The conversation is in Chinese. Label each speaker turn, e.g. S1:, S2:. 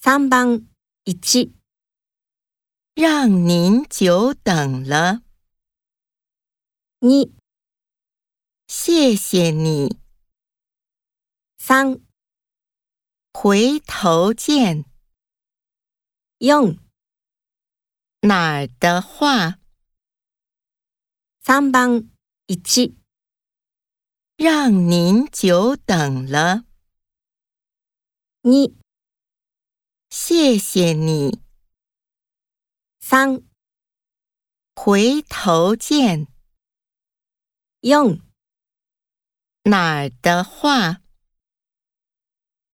S1: 3番1、
S2: 让您久等了，
S1: 2、
S2: 谢谢你。
S1: 3、
S2: 回头见，
S1: 4、
S2: 哪儿的话，
S1: 3番1、
S2: 让您久等了，
S1: 2、
S2: 谢谢你。
S1: 3、
S2: 回头见，
S1: 4
S2: 哪儿的话。